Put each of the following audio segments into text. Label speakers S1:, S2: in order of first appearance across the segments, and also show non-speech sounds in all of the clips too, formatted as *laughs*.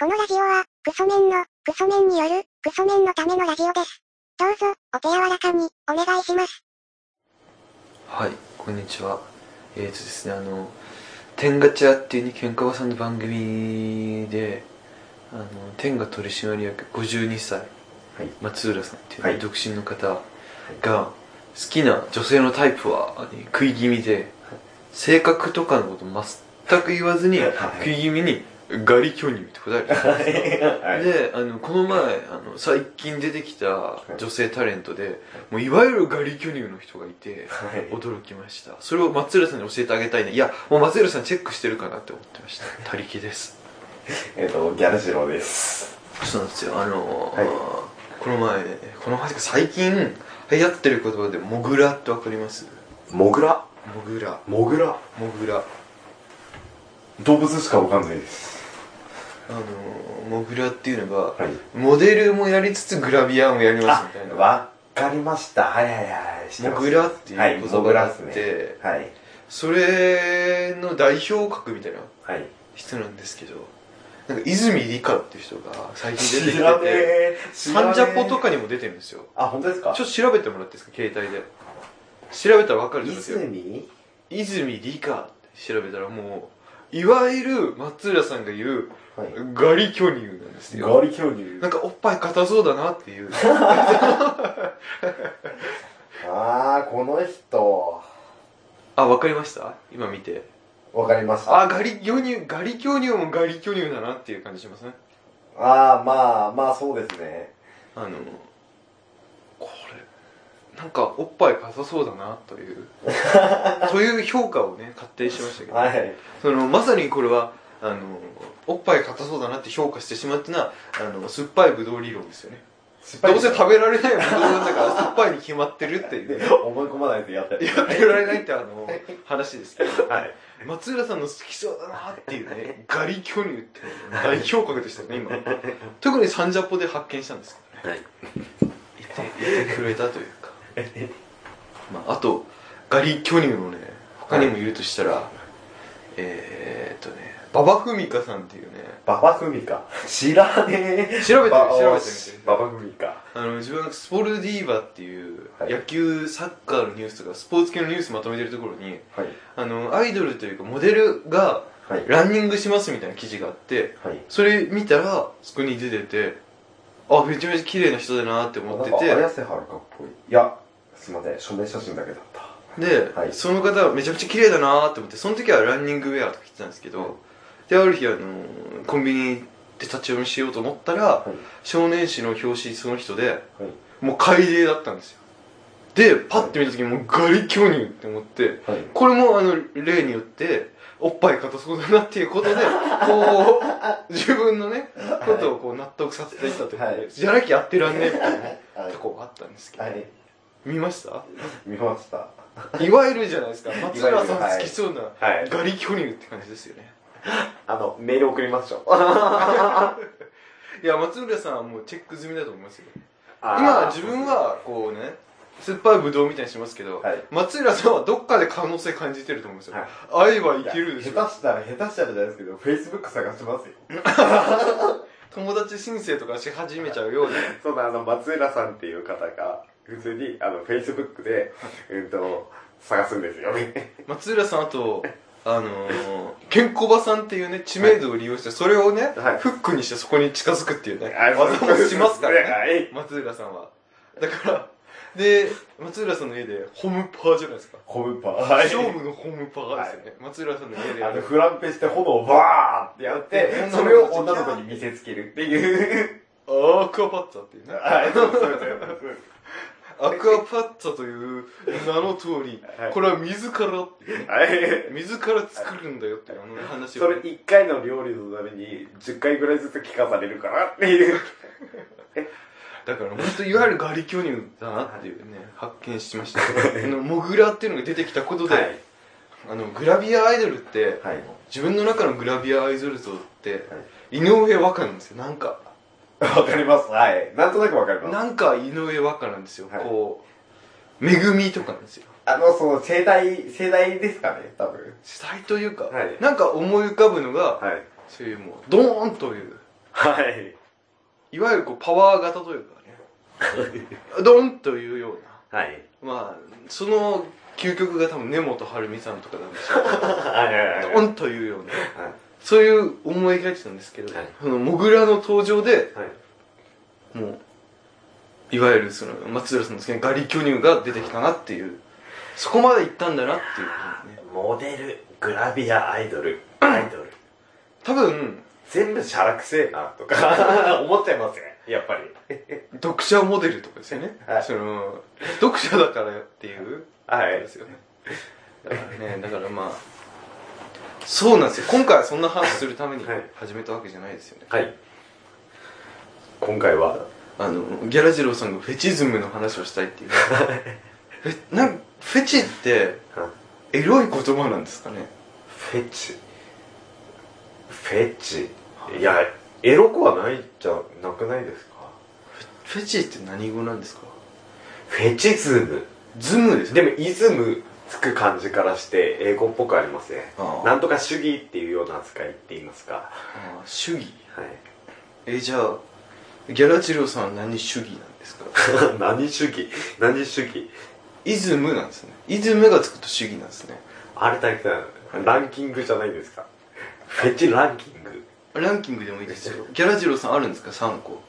S1: このラジオは、クソメンの、クソメンによる、クソメンのためのラジオです。どうぞ、お手柔らかに、お願いします。
S2: はい、こんにちは。えーとですね、あの、天ガチャっていうね、ケンカワさんの番組で、あの、天ガ取締役52歳、
S3: はい、
S2: 松浦さんっていうね、
S3: はい
S2: 独身の方が、好きな女性のタイプは、ね食い気味で、性格とかのこと全く言わずに、
S3: はい
S2: 食い気味に、ガリ巨乳って答える。
S3: *laughs* はい、
S2: であのこの前あの最近出てきた女性タレントでもういわゆるガリ巨乳の人がい
S3: *laughs*
S2: て
S3: はい
S2: 驚きましたそれを松浦さんに教えてあげたいねいやもう松浦さんチェックしてるかなって思ってま
S3: *laughs*
S2: した他力です
S3: えっ、と、ギャルジローです。
S2: そうなんですよあの、
S3: はい
S2: この前ねこの前というか最近流行ってる言葉でモグラってわかります
S3: モグラ
S2: モグラ
S3: モグラ
S2: モグラ
S3: 動物しかわかんないです。
S2: あのモグラっていうのが、
S3: はい
S2: モデルもやりつつグラビアもやりますみたいな
S3: わかりました。はいはいはい。知ってま
S2: モ
S3: す
S2: グラっていう
S3: はい、
S2: 言
S3: モ
S2: 葉
S3: グ
S2: が
S3: ラ
S2: あ
S3: で
S2: っ
S3: す
S2: て
S3: ね。はい。
S2: それの代表格みたいな
S3: はい。
S2: 人なんですけどなんか泉理香っていう人が最近出てき
S3: 知ら
S2: て
S3: ね
S2: て
S3: え
S2: サンジャポと。
S3: 知らね
S2: かにも出てるんですよ
S3: えあ、本当ですか
S2: ちょっと調べてもらっていいですか携帯で調べたら分かると思うんですよ
S3: 泉
S2: 泉理香って調べたらもういわゆる松浦さんが言う
S3: はい。
S2: ガリ巨乳なんですよ
S3: ガリ恐竜
S2: なんかおっぱい硬そうだなって
S3: *laughs*
S2: いう
S3: あー、この人、
S2: あ分かりました今見て
S3: わかりました。
S2: あガリ巨乳ガリ巨乳もガリ巨乳だなっていう感じしますね
S3: あー、まあ、まあ、そうですね。
S2: あのこれなんかおっぱい硬そうだなと
S3: *laughs*
S2: いうという評価をね勝手にしましたけど、
S3: はい。
S2: そのまさにこれはあのおっぱい硬そうだなって評価してしまったのはあの酸っぱいぶどう理論ですよねどうせ食べられないぶどうだったから酸っぱいに決まってるっていう
S3: 思い込まないとやったり。
S2: やってられないってあの話ですけど、
S3: はい
S2: *laughs* 松浦さんの好きそうだなっていうねガリ巨乳って代表格でしたよね *laughs* 今特にサンジャポで発見したんですけどね
S3: はい。
S2: いていてくれたというかまあ、あとガリ巨乳もね他にもいるとしたら、えー、っとね馬場ふみかさんっていうね
S3: ババフミカ。知らねえ。
S2: 調べてみて
S3: バ
S2: 調べてみて
S3: ババフミカ。
S2: あの自分がスポルディーバっていう
S3: はい
S2: 野球、サッカーのニュースとかスポーツ系のニュースまとめてるところに
S3: はい。
S2: あのアイドルというかモデルが
S3: はい。
S2: ランニングしますみたいな記事があって
S3: はい。
S2: それ見たらそこに出ててあめちゃめちゃ綺麗な人だなって思ってて
S3: なんか綾瀬はるかっぽい。いや、すいません。署名写真だけだった。
S2: で、
S3: はい
S2: その方はめちゃくちゃ綺麗だなーって思ってその時はランニングウェアとか着てたんですけど、である日あのーコンビニで立ち読みしようと思ったら、
S3: はい。
S2: 少年誌の表紙その人で
S3: はい。
S2: もう海嶺だったんですよでパッて見た時にもうガリ巨乳って思って
S3: はい。
S2: これもあの例によっておっぱい硬そうだなっていうことでこ *laughs* う自分のねことをこう納得させていったというか、
S3: はい
S2: じゃなきゃやってらんねえみたいなね
S3: はい
S2: とこがあったんですけど、
S3: はい。
S2: 見ました
S3: 見ました。
S2: いわゆるじゃない *laughs* ですか松浦さ
S3: いわゆ
S2: ん
S3: る
S2: 好きそうな
S3: はい
S2: ガリ巨乳って感じですよね
S3: あの、メール送りましょう。今、
S2: いや松浦さんはもうチェック済みだと思いますよ今自分、はこうね酸っぱいブドウみたいにしますけど、
S3: はい
S2: 松浦さんはどっかで可能性感じてると思うんですよ、
S3: はい
S2: 愛はいけるでし
S3: 下
S2: ょ
S3: 手したら、下手したらじゃないですけど、Facebook 探しますよ。
S2: 友達申請とかし始めちゃうようで
S3: そうだ、あの、松浦さんっていう方が、普通に、あの、Facebook で、うんと、探すんですよね。
S2: 松浦さんあとあのー、ケンコバさんっていうね知名度を利用してそれをね、
S3: はい
S2: フックにしてそこに近づくっていうね
S3: あ
S2: 技もしますからね
S3: はい。
S2: 松浦さんはだからで松浦さんの家でホームパーじゃないですか
S3: ホームパー。
S2: 勝負のホームパーですよね、松浦さんの家でや
S3: あの、
S2: る
S3: フランペして炎をバーってやって、 *laughs* それを女の子に見せつけるっていう。
S2: アクアパッツァっていうね
S3: はい、そうそうそう。
S2: アクアパッツァという名の通り、
S3: はい
S2: これは水からっていうね
S3: はい。
S2: 水から作るんだよっていうあの話を
S3: *laughs* それ1回の料理のために10回ぐらいずつ聞かされるからっていう。
S2: だから本当いわゆるガリ巨乳だなっていうね発見しましたあのモグラっていうのが出てきたことで、
S3: はい
S2: あのグラビアアイドルって、
S3: はい
S2: 自分の中のグラビアアイドル像って、
S3: は
S2: 井上和歌なんですよなんか
S3: わかります。はい。なんとなくわかります。
S2: なんか井上和歌なんですよ、
S3: はい
S2: こう恵みとかなんですよ
S3: あの、その、世代、世代ですかね、多分。
S2: 世代というか、
S3: はい
S2: なんか思い浮かぶのが、
S3: はい。
S2: そういうもうドーンという
S3: はい。
S2: いわゆるこうパワー型というかねドンというような
S3: はい。
S2: まあその究極が多分根本晴美さんとかなんでしょうけ
S3: はいはいはい
S2: どドンというような
S3: はい
S2: そういう思い描いてたんですけど、
S3: はい
S2: そのモグラの登場で
S3: はい。
S2: もういわゆるその松浦さんの好きなガリ巨乳が出てきたなっていうそこまで行ったんだなっていうことですね
S3: モデル、グラビア、アイドル、アイドル。
S2: 多分
S3: 全部シャラくせえな、とか、 *laughs* 思っちゃいますね。やっぱり。
S2: 読者モデルとかですよね、
S3: はい
S2: その読者だからっていう
S3: は
S2: ですよね。だからね、だからまあ、そうなんですよ。今回はそんな話するために
S3: はい
S2: 始めたわけじゃないですよね。
S3: はい。今回は、
S2: あの、ギャラジローさんがフェチズムの話をしたいっていう。え、なんフェチって、エロい言葉なんですかね
S3: フェチ。フェチ。いや、エロくはないじゃなくないですか
S2: フェチって何語なんですか
S3: フェチズム。
S2: ズムですね。
S3: でも、イズムつく感じからして、英語っぽくありますね。
S2: あ
S3: なんとか主義っていうような扱いって言いますか。
S2: あー主義。
S3: はい。 *laughs*
S2: え、じゃあ、ギャラジローさんは何主義なんですか *laughs*
S3: 何主義何主義
S2: イズムなんですね。イズムがつくと主義なんですね。
S3: あれだけだランキングじゃないですか。フェチランキング。
S2: ランキングでもいいですよ。ギャラジローさんあるんですか ?3 個。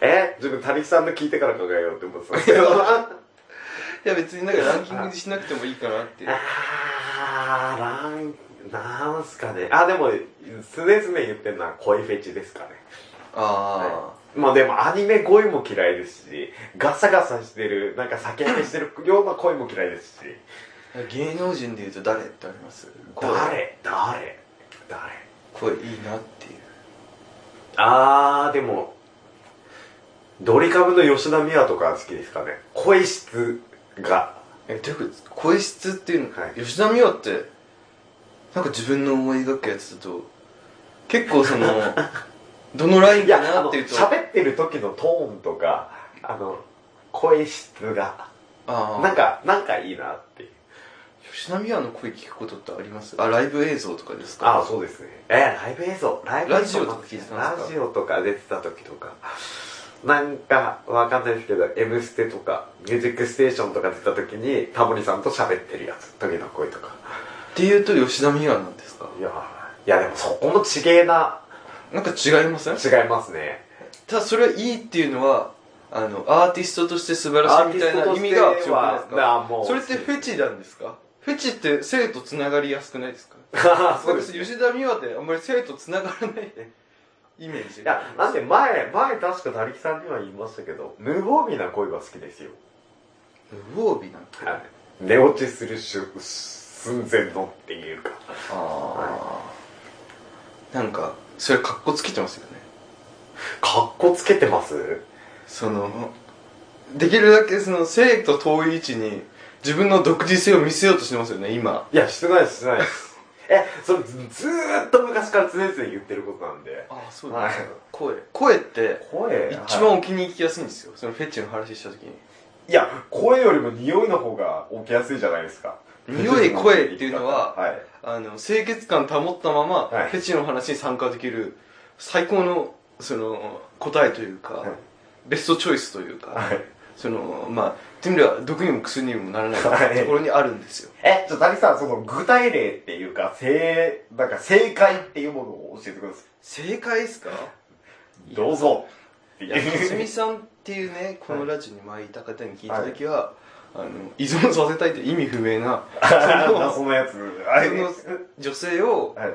S3: え自分、谷さんの聞いてから考えようって思ってたんですけ *laughs* ど。
S2: いや別になんかランキングしなくてもいいかなっていう
S3: あー、ラン、なんすかね。あ、でも、常々言ってるのは恋フェチですかね。
S2: あ
S3: まあでも、アニメ恋も嫌いですし、ガサガサしてる、なんか酒焼けしてるような恋も嫌いですし。
S2: あ、芸能人で言うと誰ってあります
S3: 誰誰誰
S2: 声いいなっていう
S3: あー、でも、ドリカムの吉田美和とか好きですかね。恋質が。
S2: えどういうことですか声質っていうのか、
S3: はい
S2: 吉田美和ってなんか自分の思い描くやつだと結構そ *laughs* のどのライン
S3: い
S2: か
S3: や、あ
S2: な
S3: の、
S2: っていうと
S3: 喋ってる時のトーンとか、あの、声質が、
S2: あ
S3: なん
S2: あ
S3: か、なんかいいなっていう。
S2: 吉田美和の声聞くことってありますあライブ映像とかですか
S3: ああ、そうですね。えー、ライブ映像、ライブ映像
S2: ラジオとか聞いてたんですか
S3: ラジオとか出てた時とか、なんか、わかんないですけど、M ステとか、ミュージックステーションとか出た時に、タモリさんと喋ってるやつ、時の声とか。
S2: っていうと吉田美和なんですか
S3: いやー、いやでもそこもちげえな、
S2: なんか違いません
S3: 違いますね。
S2: ただそれはいいっていうのはあのアーティストとして素晴らしいみたいな意味が強くないですか
S3: あもう。
S2: それってフェチなんですかフェチって性とつながりやすくないですか
S3: あ *laughs* ーそうです
S2: 私吉田美和ってあんまり性とつながらない *laughs* イメージ
S3: いや、なんで前、前確か成木さんには言いましたけど、無防備な恋は好きですよ。
S2: 無防備なんてあ
S3: はい。寝落ちするし寸前のっていうか。
S2: あ、なんかそれ格好つけてますよね
S3: かっこつけてます
S2: そのできるだけその性と遠い位置に自分の独自性を見せようとしてますよね今
S3: いや、してないです、してないです。 *laughs* え、それずずーっと昔から常々言ってることなんで。
S2: ああそう
S3: なんですか
S2: 声声って
S3: 声
S2: 一
S3: は
S2: 番置きに行きやすいんですよそのフェチの話した時に
S3: い、いや、声よりも匂いの方が起きやすいじゃないですか。
S2: 匂い声っていうのは
S3: はい。
S2: あの清潔感保ったまま、
S3: はい
S2: フェチの話に参加できる最高のその答えというか、
S3: はい
S2: ベストチョイスというか、
S3: はい。
S2: そのまあ言ってみれば毒にも薬にもならない
S3: はい
S2: ところにあるんですよ、
S3: え、じゃあ、谷さん、その具体例っていうか、正、なんか正解っていうものを教えてくださ
S2: 正解ですか
S3: い。どうぞ。って
S2: い
S3: い
S2: やかすみ
S3: う。
S2: さんっていうねこのラジオに前いた方に聞いた時は、あの依存させたいって意味不明
S3: *laughs*
S2: なその
S3: 謎のやつ。はい。
S2: そ
S3: はい。
S2: の女性を
S3: はい。
S2: あの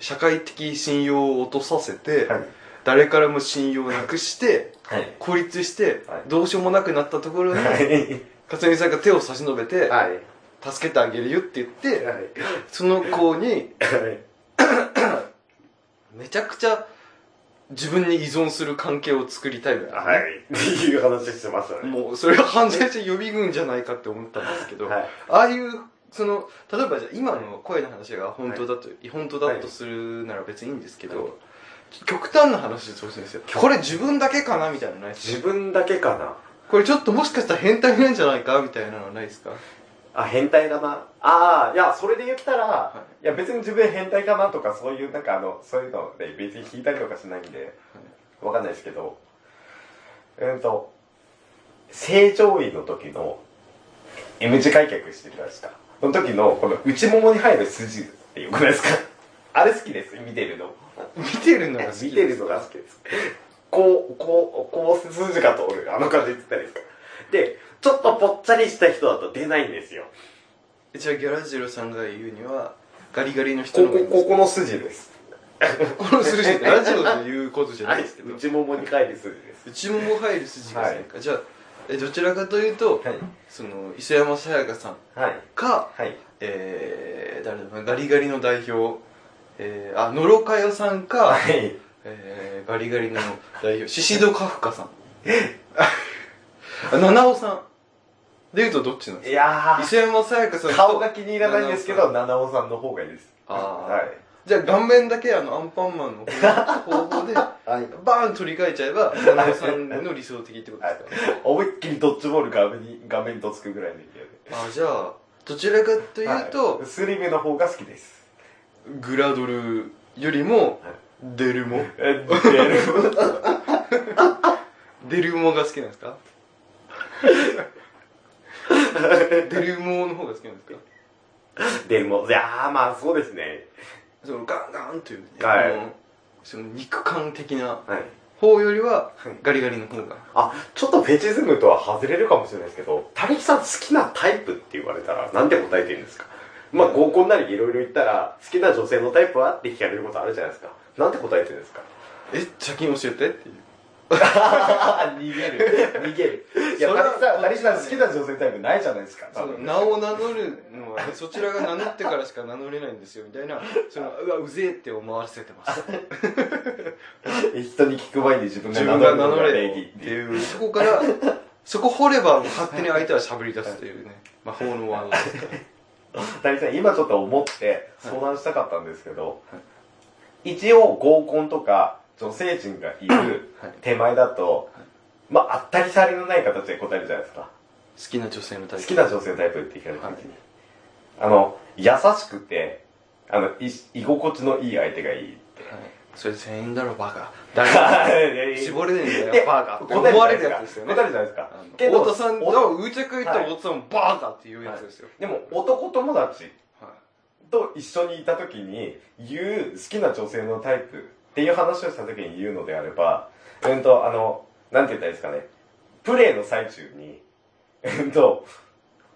S2: 社会的信用を落とさせて、
S3: はい
S2: 誰からも信用をなくして孤立して
S3: はい
S2: どうしようもなくなったところに
S3: はい。
S2: 克美さんが手を差し伸べて
S3: はい。
S2: 助けてあげるよって言って
S3: はい。
S2: その子に
S3: はい。
S2: めちゃくちゃ自分に依存する関係を作りたいみたいなね
S3: はい。っていう話してましたね。
S2: もうそれは犯罪者予備軍じゃないかって思ったんですけどあ
S3: は
S2: あ
S3: い。
S2: いうその例えばじゃあ今の声の話が本当だと本当だとするなら別にいいんですけ
S3: はい
S2: ど極端な話してほしいんですよこれ自分だけかなみたいなのないですか
S3: 自分だけかな。
S2: これちょっともしかしたら変態なんじゃないかみたいなのないですか
S3: あ、変態だな。ああ、いや、それで言ったら、、
S2: はい
S3: や、別に自分変態かなとか、そういう、なんかあの、そういうので、別に聞いたりとかしないんで、わかんないですけど、うんと、正常位の時の、M 字開脚してるじゃないですか。その時の、この内ももに入る筋ってよくないですか *laughs* あれ好きです、見てるの。
S2: 見てるのが好き
S3: 見てるのが好きです。こう、こう、こう筋が通る、あの感じって言ったらいいですか。で、ちょっとぽっちゃりした人だと出ないんですよ。
S2: じゃあギャラジロさんが言うにはガリガリの人
S3: こ
S2: の方がい
S3: こ
S2: い、んで
S3: こ
S2: す
S3: この筋です。
S2: ここの筋ってラジオで言うことじゃないですけど
S3: 内ももに入る筋です。
S2: 内もも入る筋が正解、じゃあえどちらかというと、
S3: はい。
S2: その磯山さやかさん
S3: はい。
S2: か
S3: はい。
S2: えー、誰だろうなガリガリの代表えー、あ野呂佳代さんか、
S3: い。
S2: えー、ガリガリの代表シシド・カフカさん *laughs* あ七尾さんでいうとどっちなんです
S3: いや
S2: か磯山さやかさん
S3: ー、
S2: と
S3: 顔が気に入らないんですけど、
S2: 七尾さん
S3: 七尾さんの方がいいです。
S2: あー
S3: はい。
S2: じゃあ顔面だけあのアンパンマンの方法でバ
S3: はい。
S2: ーン取り替えちゃえば七尾さんの理想的ってことですか
S3: 思いっきりドッジボール画面に、画面とつくぐらいの勢いで。
S2: あじゃあどちらかというと、
S3: はいスリムの方が好きです。
S2: グラドルよりも
S3: はい
S2: デルモ
S3: え、やる。
S2: デルモが好きなんです *laughs* かデルモの方が好きなんですか
S3: でも、いやー、まあそうですね。
S2: そのガンガンというね、
S3: はい
S2: あのその肉感的な
S3: はい。
S2: 方よりは
S3: はい
S2: ガリガリの方が
S3: あ、ちょっとフェチズムとは外れるかもしれないですけど、たりきさん好きなタイプって言われたら、なんて答えてるんですかまあ合コンなりいろいろ言ったら、好きな女性のタイプはって聞かれることあるじゃないですか。なんて答えてるんですか
S2: え貯金教えてっていう
S3: 逃げ
S2: *laughs*
S3: る。逃げる。いや、
S2: それは
S3: たりきさん、たりきさん好きな女性タイプないじゃないですか。多
S2: その
S3: 分
S2: 名を名乗るのはそちらが名乗ってからしか名乗れないんですよみたいなそのうわうぜえって思わせて *laughs* ます
S3: 人に聞く前に自分が
S2: 自
S3: 名
S2: 分
S3: 乗
S2: が
S3: る
S2: 名
S3: の
S2: 乗
S3: が
S2: れ
S3: 礼
S2: っ
S3: 儀ってていう。
S2: いうそこからそこ掘れば勝手に相手は喋り出すというね魔法のワードですから
S3: たりきさん、今ちょっと思って相談したかったんですけど、一応合コンとか女性陣がいる
S2: はい
S3: 手前だと、まあ、あったり障りのない形で答えるじゃないですか。
S2: 好きな女性のタイ
S3: 好
S2: プ
S3: きな女性タイプって聞かれた時に
S2: は。
S3: あの、優しくて、あの、い居心地のいい相手がいいって。
S2: はいそれ全員だろバ
S3: *laughs*
S2: カ誰だ絞れねえんだよバカって思われるやつですよね
S3: 答えるじゃないですか
S2: あの。
S3: けど
S2: 太田さん
S3: お
S2: のうちゃくいった太田さんバカっていうやつですよ
S3: でも、男友達
S2: はい
S3: と一緒にいた時に言う好きな女性のタイプっていう話をした時に言うのであればうんとあのなんて言ったらいいですかねプレーの最中にうんと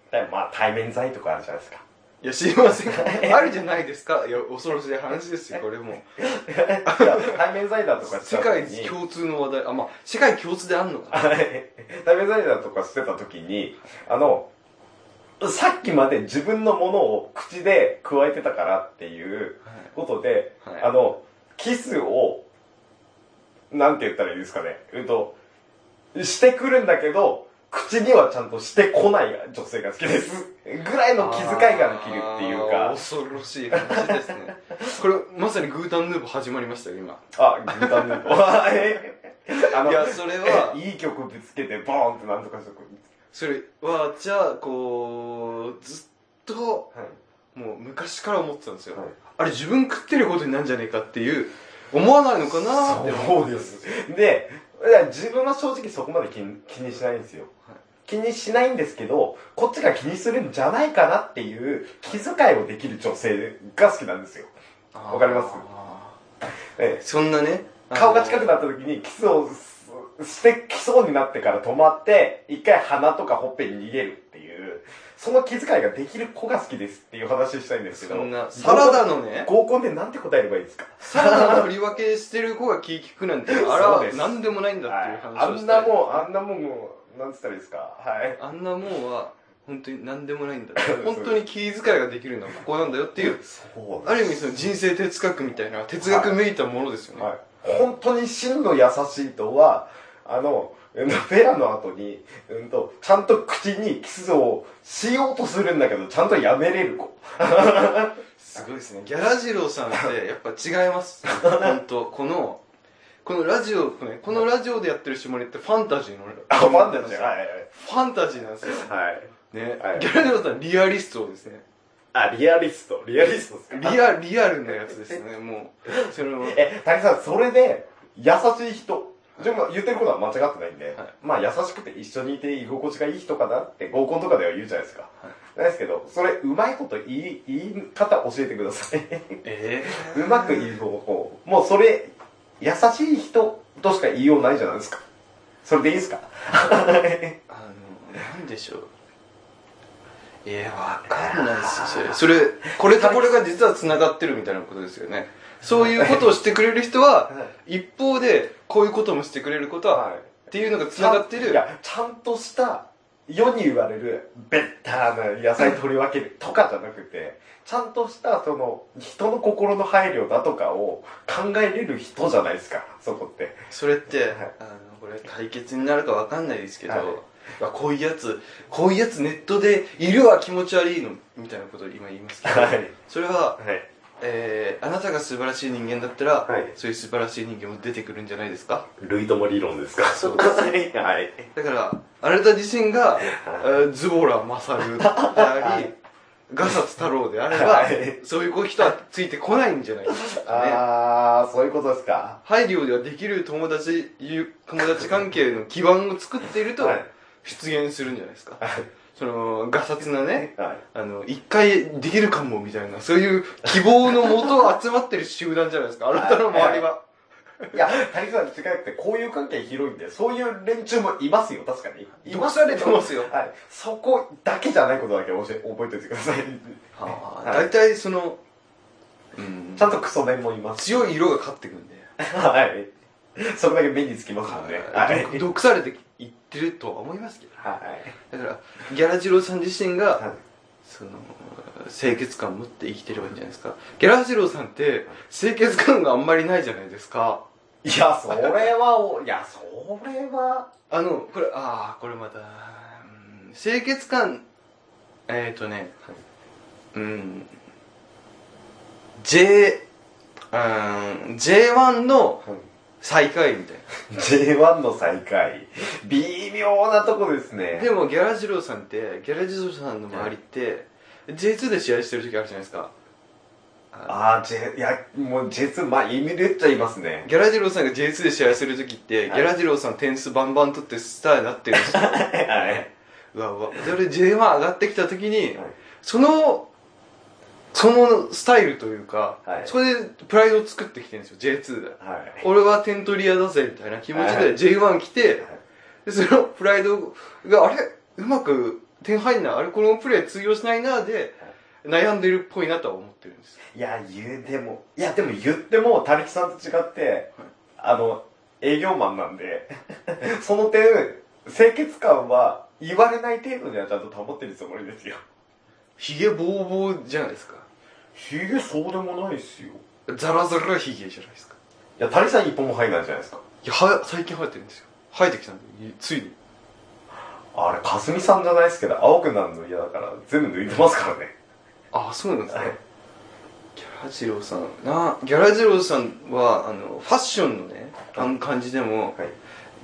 S3: だまあ対面剤とかあるじゃないですか
S2: いや知りませんあるじゃないですかいや恐ろしい話ですよこれも
S3: いや対面剤だとかして
S2: 世
S3: た
S2: 界
S3: 時に
S2: 共通の話題あまあ世界共通であんのかな
S3: はい対面剤だとかしてた時にあのさっきまで自分のものを口で加えてたからっていうことで、
S2: はい
S3: あの、キスを、なんて言ったらいいですかね。うんと、してくるんだけど、口にはちゃんとしてこない女性が好きです。ぐらいの気遣いができるっていう
S2: あー
S3: か、
S2: 恐ろしい話ですねこれまさにグータンヌーボー始まりましたよ今
S3: あ、グータン
S2: *laughs*
S3: ヌーボーえあの、
S2: いやそれは
S3: いい曲ぶつけて、ボーンってなんとかしとく。
S2: それはじゃあこうずっと
S3: はい。
S2: もう昔から思ってたんですよ、
S3: はい
S2: あれ自分食ってることになんじゃねえかっていう思わないのかなって思って
S3: そう
S2: たん
S3: で
S2: よ
S3: す。で、いや自分は正直そこまで気に気にしないんですよ。
S2: はい
S3: 気にしないんですけど、こっちが気にするんじゃないかなっていう気遣いをできる女性が好きなんですよ。わかります
S2: あ
S3: え
S2: ーそんなね
S3: え顔が近くなった時にキスをすしてきそうになってから止まって、一回鼻とかほっぺに逃げるっていう、その気遣いができる子が好きですっていう話をしたいんですけど。
S2: そんなサラダのね
S3: 合コンでなんて答えればいいですか
S2: サラダの振り分けしてる子が気利くなんてあれ
S3: そう
S2: は
S3: です
S2: 何でもないんだっていう
S3: はいあ
S2: 話を
S3: ん
S2: した
S3: ないもん、あんなもんもう、なんつったらいいですかはい。
S2: あんなもんは本当に何でもないんだ本当に気遣いができるのはここなんだよっていう
S3: そう
S2: ある意味その人生哲学みたいな哲学めいたものですよね、
S3: はい、本当に真の優しい人は、あの、うんフェラの後に、うんと、ちゃんと口にキスをしようとするんだけど、ちゃんとやめれる子。 *laughs*
S2: すごいですねギャラジローさんってやっぱ違います本当このこのラジオ、
S3: ね
S2: このラジオでやってる下ネタってファンタジーの
S3: あ、ファンタジー。はいはい
S2: ファンタジーなんですよ。
S3: はい。はい。
S2: ね、
S3: はい
S2: ギャラネオさんリアリストですね。
S3: あ、リアリスト。リアリストっすか
S2: リア、リアルなやつですね、もう。それも。
S3: え、谷さん、それで、優しい人。自分が言ってることは間違ってないんで、
S2: はい
S3: まあ優しくて一緒にいて居心地がいい人かなって合コンとかでは言うじゃないですか。なんですけど、それ、うまいこと言い、言い方教えてください。
S2: え
S3: うまく言う方法。もうそれ、優しい人としか言いようないじゃないですか。それでいいですか
S2: ー、あの、なんでしょう。えー、わかんないっすよそれ。それ、これとこれが実は繋がってるみたいなことですよね。そういうことをしてくれる人は、一方で、こういうこともしてくれることは、
S3: はい
S2: っていうのが繋がってる。
S3: いや、ちゃんとした、世に言われる、ベッターな野菜取り分けるとかじゃなくて、ちゃんとした、その、人の心の配慮だとかを考えれる人じゃないですか、そこって。
S2: それって、
S3: い
S2: あのこれ対決になるかわかんないですけど、
S3: はい
S2: あこういうやつこういうやつネットでいるわ気持ち悪いのみたいなことを今言いますけど、
S3: はい
S2: それは、
S3: はい。
S2: えーあなたが素晴らしい人間だったら、
S3: はい
S2: そういう素晴らしい人間も出てくるんじゃないですか
S3: 類友理論ですか
S2: そうで
S3: です。 *laughs* はい。
S2: だからあなた自身が、えーズボラ勝るであり、ガサツ太郎であれば、
S3: はい
S2: そういう人はついてこないんじゃないですかね。
S3: あー、そういうことですか。
S2: 配慮ができる友達友達関係の基盤を作っていると
S3: はい
S2: 出現するんじゃないですか、
S3: はい
S2: そのガサツなね
S3: はい。
S2: あの一回できるかもみたいなそういう希望のもと集まってる集団じゃないですかあなたの周りは、
S3: いや、谷さん違って、交友関係広いんで、そういう連中もいますよ、確かに。います
S2: 騙されてますよ
S3: はい。そこだけじゃないことだけ教え覚えておいてください。
S2: はあ
S3: はい
S2: 大体その、うん
S3: ち、ゃんとクソメンもいます。
S2: 強い色が勝ってくんで、
S3: はい。それだけ目につきますもんね。はい。
S2: 毒毒されていってるとは思いますけど
S3: は
S2: だからギャラ次郎さん自身が、
S3: い。
S2: その清潔感を持って生きてればいいんじゃないですかゲラジローさんって清潔感があんまりないじゃないですか
S3: いや、それはお、いや、それは、
S2: あのこれああこれまたうん清潔感えっ、ー、とね、うん、J うん J1 の最下位みたい
S3: J1 の最下位。微妙なとこです
S2: な
S3: ね。
S2: でもギャラジローさんってギャラジローさんの周りって J2 で試合してる時あるじゃないですか
S3: あー、J、いや、もう J2、まあ、意味出ちゃいますね。
S2: ギャラジローさんが J2 で試合するときって、
S3: はい
S2: ギャラジローさん点数バンバン取ってスターになってるん
S3: *laughs*
S2: ですよ。
S3: はい。
S2: うわうわ。それ J1 上がってきたときに、その、そのスタイルというか、
S3: はい
S2: それでプライドを作ってきてるんですよ、J2 で。
S3: はい。
S2: 俺は点取り屋だぜ、みたいな気持ち
S3: はい
S2: で J1 来て、でそのプライドが、あれうまく点入んない。あれこのプレー通用しないな、で、悩んでるっぽいなとは思ってるんですよ。
S3: いや、言うても、いや、でも言っても、たりきさんと違って、あの、営業マンなん *laughs* で、その点、清潔感は言われない程度にはちゃんと保ってるつもりですよ。
S2: 髭ボーボーじゃないですか。
S3: ひげそうでもないっすよ。
S2: ザラザラ髭じゃないですか。
S3: いや、たりきさん一本も入んないじゃないですか。
S2: いや、は最近生えてるんですよ。生えてきたんで、いついに。
S3: あれ、かすみさんじゃないですけど、青くなるの嫌だから、全部抜いてますからね。
S2: あ、そうなんです
S3: はい
S2: ね。ギャラジローさん、な、ギャラジローさんは、あの、ファッションのね、あの感じでも、
S3: はい。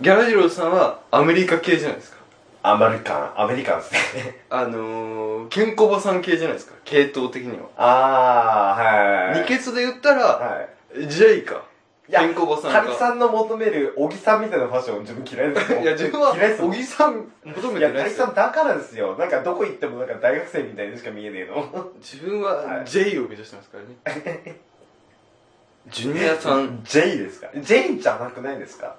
S2: ギャラジローさんはアメリカ系じゃないですか。
S3: アメリカン、アメリカンですね。
S2: あのー、ケンコバさん系じゃないですか、系統的には。
S3: *laughs* あー、はい。
S2: 二ケツで言ったら、
S3: はい。
S2: ジェイか。
S3: いや
S2: ケンコバさん
S3: たりき
S2: か。
S3: さんの求める、小木さんみたいなファッション、自分嫌いですもん
S2: いや、自分は、
S3: 嫌いですも
S2: 小
S3: ん
S2: 木さん求め
S3: い
S2: て
S3: や、
S2: ない
S3: 大
S2: で
S3: 地
S2: す
S3: さ
S2: よ。
S3: んだからですよ。なんかどこ行ってもなんか大学生みたいにしか見えねえの。
S2: 自分
S3: は
S2: は、
S3: い
S2: ジェイを目指してますからね。 *laughs* ジュニアさ
S3: *laughs*
S2: ん、
S3: J ですか ?J じゃなくないですか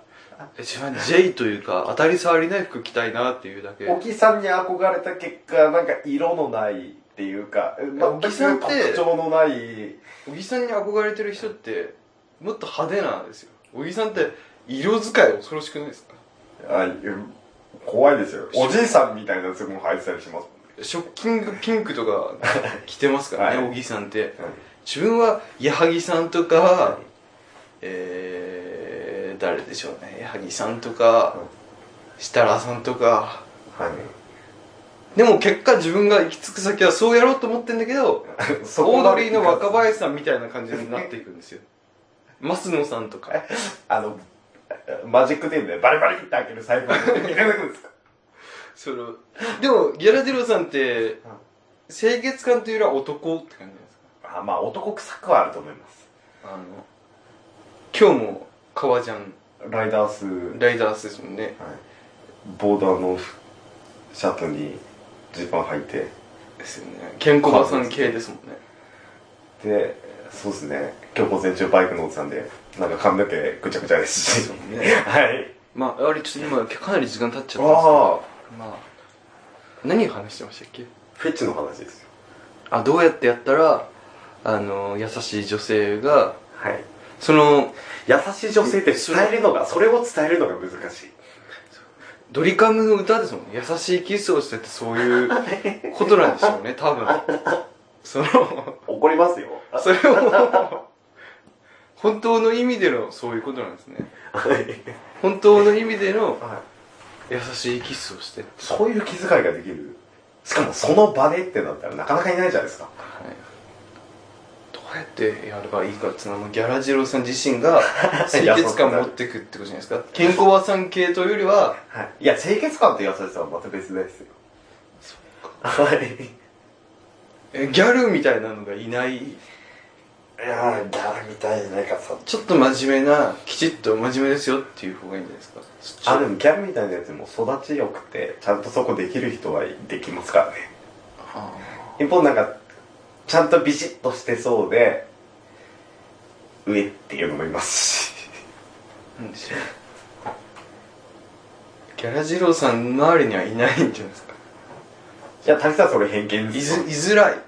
S2: 自分は J というか当たり障りない服着たいなっていうだけ
S3: おきさんに憧れた結果、なんか色のないっていうか、ま
S2: おきさんって
S3: 特徴のない。
S2: 小木さんに憧れてる人ってもっと派手なんですよ小木さんって色使い恐ろしくないですか
S3: あうん怖いですよ。おじいさんみたいなやつも入ってたりしますもんね。
S2: ショッキングピンクとか着てますからね、
S3: はい
S2: 小木さんって
S3: はい
S2: 自分は矢作さんとかえー、誰でしょうね矢作さんとか設楽さんとか
S3: はい。
S2: でも結果自分が行き着く先はそうやろうと思ってんだけど
S3: そ
S2: オ
S3: こ
S2: ー
S3: ま
S2: ド
S3: で
S2: リーの若林さんみたいな感じになっていくんですよ増野さんとか
S3: あの、マジックテープでバリバリって開ける財布いただくんですか *laughs*
S2: そのでもギャラデロさんって清潔感というよりは男って感じなんですか
S3: あまあ男臭くはあると思います
S2: あの今日も革ジャン
S3: ライダース、はい、
S2: ライダースですもんね
S3: ボーダーのシャツにジーパン履いて
S2: ですよねケンコバさん系ですもんね
S3: でそうですね今日午前中バイク乗ってたんでなんか髪の毛ぐちゃぐちゃですし
S2: そうですね
S3: はい
S2: まああれちょっと今かなり時間経っちゃったんですけど
S3: ああ
S2: まあ何を話してましたっけ
S3: フェチの話ですよ
S2: あどうやってやったらあの優しい女性が
S3: はい
S2: その
S3: 優しい女性って伝えるのがそれを伝えるのが難しい
S2: ドリカムの歌ですもんね優しいキスをしてってそういうことなんでしょうね多分その
S3: 怒りますよ
S2: それを本当の意味でのそういうことなんですね
S3: はい
S2: 本当の意味での優しいキスをしてって
S3: そういう気遣いができるしかもその場でってなったらなかなかいないじゃないですか
S2: はいどうやってやればいいかっていうのはもうギャラジローさん自身が清潔感を持っていくってことじゃないですか健康はさん系というよりは
S3: はいいや清潔感と優しさはまた別ですよはい
S2: えギャルみたいなのがいない
S3: いやーギャルみたいじゃないかさ
S2: ちょっと真面目なきちっと真面目ですよっていう方がいいんじゃないですかそっち
S3: あでもギャルみたいなやつも育ちよくてちゃんとそこできる人はできますからね
S2: あ
S3: 一方なんかちゃんとビシッとしてそうで上っていうのもいますし
S2: ーなんでしょうギャラジローさんの周りにはいないんじゃないですか
S3: いや大したそれ偏見
S2: い
S3: ですよ
S2: ずいづらいって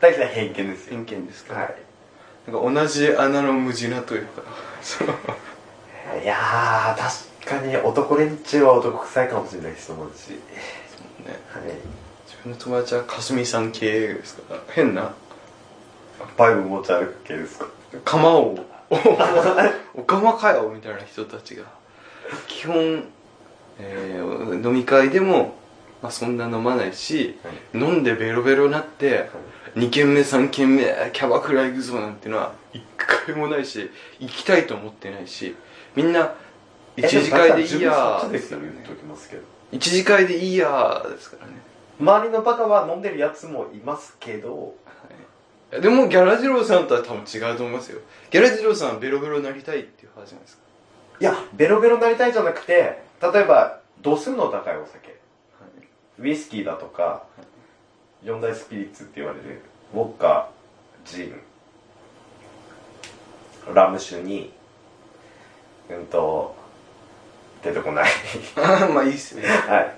S3: 大した偏見ですよ
S2: 偏見ですか、
S3: は
S2: なんか同じ穴の無地なというかその
S3: いいやー確かに男連中は男臭いかもしれない人もいるし
S2: ね
S3: はい
S2: 自分の友達はかすみさん系ですから変な
S3: バイブ持ち歩く系ですか
S2: 釜をお *laughs* 釜かよみたいな人たちが基本、えー飲み会でも、まあ、そんな飲まないし、飲んでベロベロなって、2軒目3軒目キャバクラ行くぞなんてのは一回もないし行きたいと思ってないしみんな一次会でいいや
S3: ー
S2: ー
S3: で
S2: です
S3: す
S2: か
S3: よ
S2: らね
S3: 言っときますけど
S2: 一次会でいいやーですからね
S3: 周りのバカは飲んでるやつもいますけど
S2: いやでもギャラジローさんとは多分違うと思いますよギャラジローさんはベロベロになりたいっていう話じゃないですか
S3: いやベロベロになりたいじゃなくて例えば度数の高いお酒ウイスキーだとか四大スピリッツって言われるウォッカジンラム酒にうんと出てこない *laughs*
S2: ああまあい *laughs* いっすね
S3: はい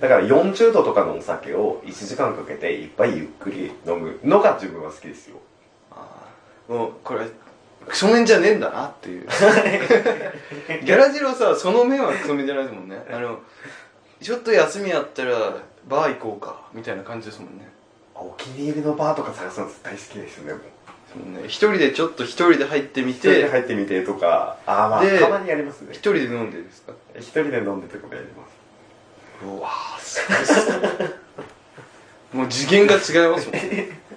S3: だから40度とかのお酒を1時間かけていっぱいゆっくり飲むのが自分は好きですよ
S2: あーもうこれクソメンじゃねえんだなっていうギャラジローさんはその面はクソメンじゃないですもんねあのちょっと休みやったらバー行こうかみたいな感じですもんね
S3: お気に入りのバーとか探すの大好きですねもう
S2: ですもんね一人でちょっと一人で入ってみ
S3: 一人で
S2: て
S3: 入ってみてとかああまあ
S2: で
S3: たまにやりますね
S2: 一人で飲んでですか
S3: 一人で飲んでとかもやります
S2: うわーすごいっすねもう次元が違いますもん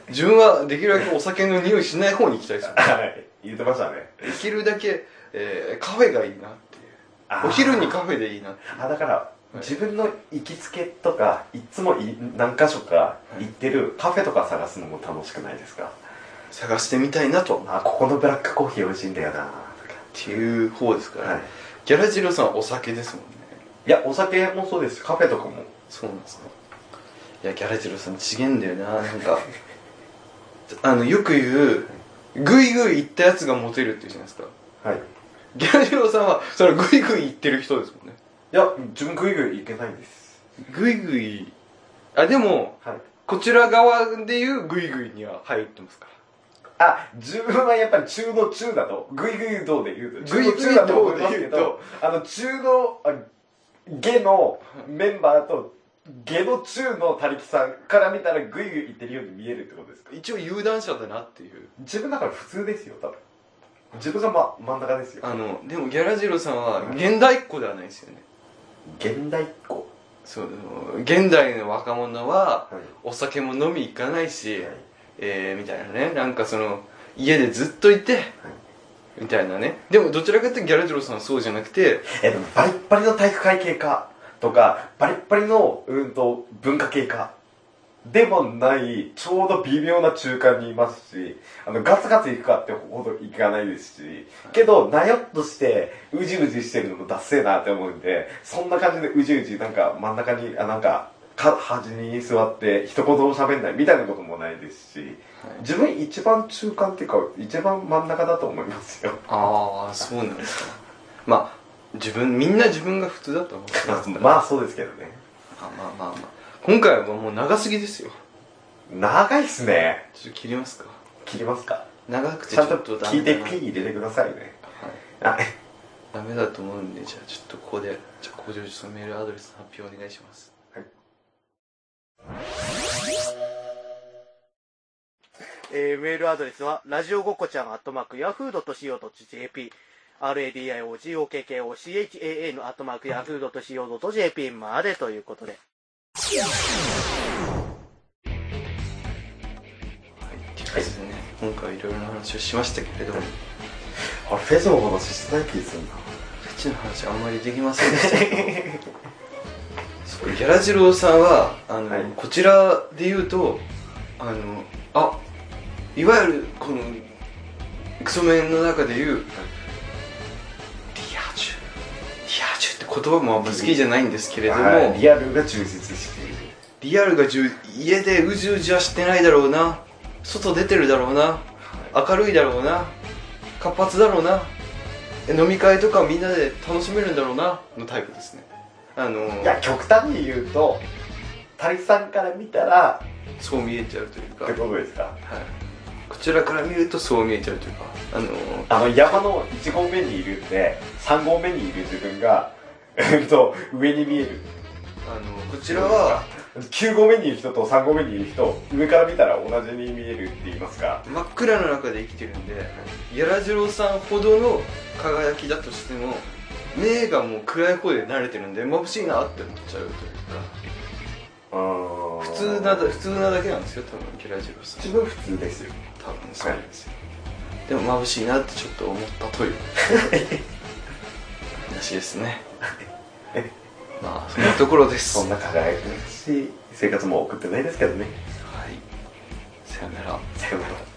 S2: 自分はできるだけお酒の匂いしない方に行きたいですもん
S3: はい言ってましたね
S2: できるだけ、えーカフェがいいなっていう
S3: あー
S2: お昼にカフェでいいな
S3: あだから
S2: い
S3: 自分の行きつけとかいつもい何か所か行ってるカフェとか探すのも楽しくないですか
S2: 探してみたいなと
S3: あここのブラックコーヒー美味しいんだよな
S2: っ
S3: と
S2: ていう方ですか、
S3: からはい
S2: ギャラジロさんはお酒ですもんね
S3: いやお酒もそうですカフェとかも
S2: そうなんですかいやギャラジロさんちげんだよななんかあのよく言うグイグイ行ったやつがモテるっていうじゃないですか
S3: はいい
S2: ギャラジロさんはそれはグイグイ行ってる人ですもんね
S3: や自分グイグイ行けないんです
S2: グイグイあでも
S3: はい
S2: こちら側でいうグイグイには入ってますから
S3: あ、自分はやっぱり中の中だと、グイグイ道で言うと、
S2: グイグイ
S3: 中の中だと思いますけ
S2: 道
S3: ど、あの、中の、あ下のメンバーと、下の中の他力さんから見たらグイグイ言ってるように見えるってことですか
S2: 一応有段者だなっていう
S3: 自分だから普通ですよ、多分。自分が、ま、真ん中ですよ。
S2: あのでもギャラジロさんは現代っ子ではないですよね
S3: 現代っ子。
S2: その現代の若者は
S3: はい。
S2: お酒も飲み行かないし、
S3: はい
S2: えー、みたいなねなんかその家でずっといて、みたいなねでもどちらかというとギャルジローさんはそうじゃなくて
S3: えっと、バリッバリの体育会系か、とか、バリッバリの、うんと、文化系か、でもない、ちょうど微妙な中間にいますし、あの、ガツガツいくかってほどいかないですし、けど、なよっとして、うじうじしてるのもダッセーなって思うんで、そんな感じでうじうじ、なんか真ん中に、あ、なんか、か、端に座って一言も喋んないみたいなこともないですし、自分一番中間っていうか、一番真ん中だと思いますよ。
S2: ああそうなんですかまあ自分みんな自分が普通だと思って *laughs* ます
S3: まあ、そうですけどね。
S2: あまあまあまあ今回はもう長すぎですよ
S3: 長いっすね。
S2: ちょっと切りますか
S3: 切りますか
S2: 長くて
S3: ち
S2: ちょ
S3: ゃ
S2: っ
S3: ん
S2: と
S3: と
S2: ダ
S3: 聞
S2: メ
S3: いて
S2: だな
S3: ピー入れてくださいね。
S2: はい
S3: はい。
S2: ダメだと思うんでじゃあちょっとここでじゃあ工場長のメールアドレスの発表お願いします
S4: えーメールアドレスは、ラジオごこちゃん、アットマーク、ヤフードと .co.jp、radiogokochan のアットマーク、ヤフードと .co.jp までということで。
S2: はいということでね今回はいろいろな話をしましたけれども
S3: あれ、フェスの話してない気がするな。
S2: フェチの話あんまりできませんでしたけ *laughs* どそうギャラジローさんはあの、
S3: はい
S2: こちらで言うとあのあいわゆるこのクソメンの中で言う、リア充リア充って言葉もあんま好きじゃないんですけれども、
S3: はいリアルが充実している。
S2: リアルが充家でうじうじはしてないだろうな外出てるだろうな明るいだろうな活発だろうな飲み会とかみんなで楽しめるんだろうなのタイプですねあの
S3: いや、極端に言うと、タリさんから見たら、
S2: そう見えちゃうというか、
S3: っ
S2: は
S3: て
S2: い、
S3: ことですか
S2: こちらから見るとそう見えちゃうというかあの
S3: あの、山の1号目にいるんで、3号目にいる自分が、えっと、上に見える。
S2: あのこちらは
S3: 9号目にいる人と3号目にいる人、上から見たら同じに見えるって言いますか。
S2: 真っ暗の中で生きてるんでギャラジローさんほどの輝きだとしても目がもう暗い方で慣れてるんで眩しいなって思っちゃうというか
S3: うーん
S2: 普通なだ普通なだけなんですよ多分キラジロさん
S3: 自分普通ですよ。
S2: 多分そうなんですよ、でも眩しいなってちょっと思ったという話ですねまあそんなところです
S3: そんな輝きしい生活も送ってないですけどね。
S2: はいさよなら
S3: さよなら。